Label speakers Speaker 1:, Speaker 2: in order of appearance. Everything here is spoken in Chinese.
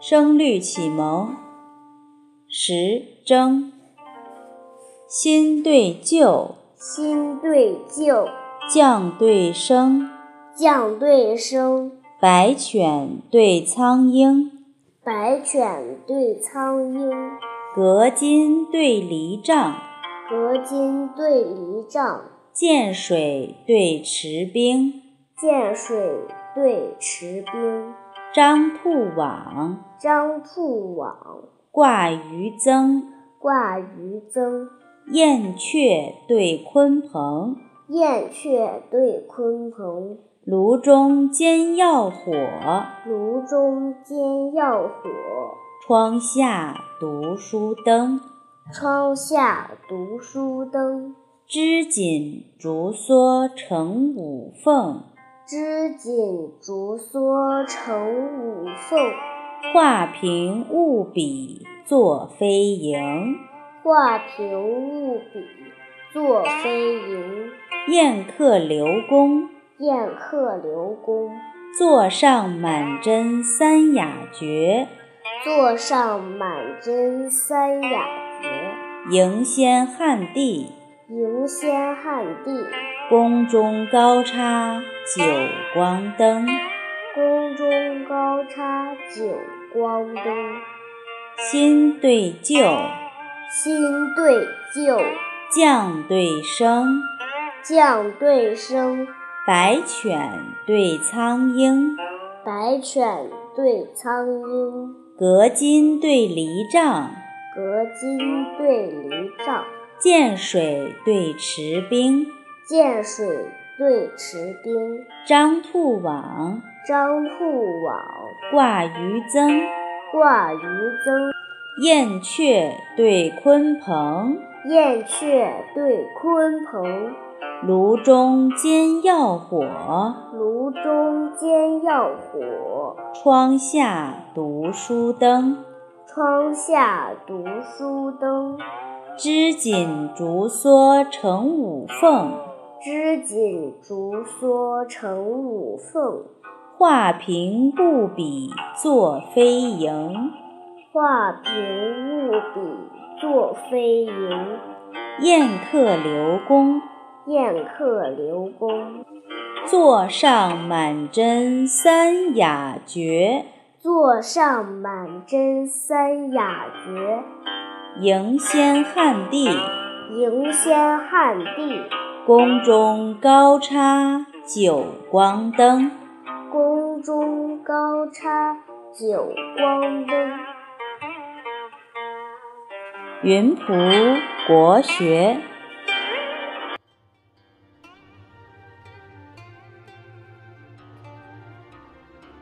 Speaker 1: 声律启蒙，时征，新对旧，
Speaker 2: 新对旧，
Speaker 1: 将对升，
Speaker 2: 将对升，
Speaker 1: 白犬对苍鹰，
Speaker 2: 白犬对苍鹰，
Speaker 1: 隔金对篱杖，
Speaker 2: 隔金对篱杖，
Speaker 1: 涧水对池冰，
Speaker 2: 涧水对池冰，
Speaker 1: 张兔网，
Speaker 2: 张兔网，
Speaker 1: 挂鱼罾，
Speaker 2: 挂鱼罾，
Speaker 1: 燕雀对鲲鹏，
Speaker 2: 燕雀对鲲鹏，
Speaker 1: 炉中煎药火，
Speaker 2: 炉中煎药火，
Speaker 1: 窗下读书灯，
Speaker 2: 窗下读书灯，
Speaker 1: 织锦竹梭成五凤，
Speaker 2: 织锦竹梭成五凤，
Speaker 1: 画屏雾笔作飞萤。
Speaker 2: 画屏雾笔作飞萤，
Speaker 1: 宴客刘公，
Speaker 2: 宴客刘公，
Speaker 1: 坐上满斟三雅爵。
Speaker 2: 座上满斟三雅爵。
Speaker 1: 迎仙汉帝，
Speaker 2: 迎仙汉帝，
Speaker 1: 宫中高插九光灯。
Speaker 2: 宫中高插九光灯。
Speaker 1: 新对旧，
Speaker 2: 新对旧，
Speaker 1: 将对升，
Speaker 2: 将对升，
Speaker 1: 白犬对苍鹰，
Speaker 2: 白犬对苍鹰，
Speaker 1: 隔金对篱杖，
Speaker 2: 隔金对篱杖，
Speaker 1: 涧水对池冰，
Speaker 2: 涧水对池冰，
Speaker 1: 张兔网，
Speaker 2: 张兔网，
Speaker 1: 挂鱼罾，
Speaker 2: 挂鱼罾，
Speaker 1: 燕雀对鲲鹏，
Speaker 2: 燕雀对鲲鹏，
Speaker 1: 炉中煎药火，
Speaker 2: 炉中煎药火，
Speaker 1: 窗下读书灯。
Speaker 2: 窗下读书灯，
Speaker 1: 织锦竹梭成五凤，
Speaker 2: 织锦竹梭成五凤，
Speaker 1: 画屏布笔作飞萤。
Speaker 2: 画屏雾笔作飞萤。
Speaker 1: 宴客刘公，
Speaker 2: 宴客刘公，
Speaker 1: 座上满斟三雅爵。
Speaker 2: 座上满斟三雅爵。
Speaker 1: 迎仙汉帝，
Speaker 2: 迎仙汉帝，
Speaker 1: 宫中高插九光灯。
Speaker 2: 宫中高插九光灯。
Speaker 1: 云浦国学。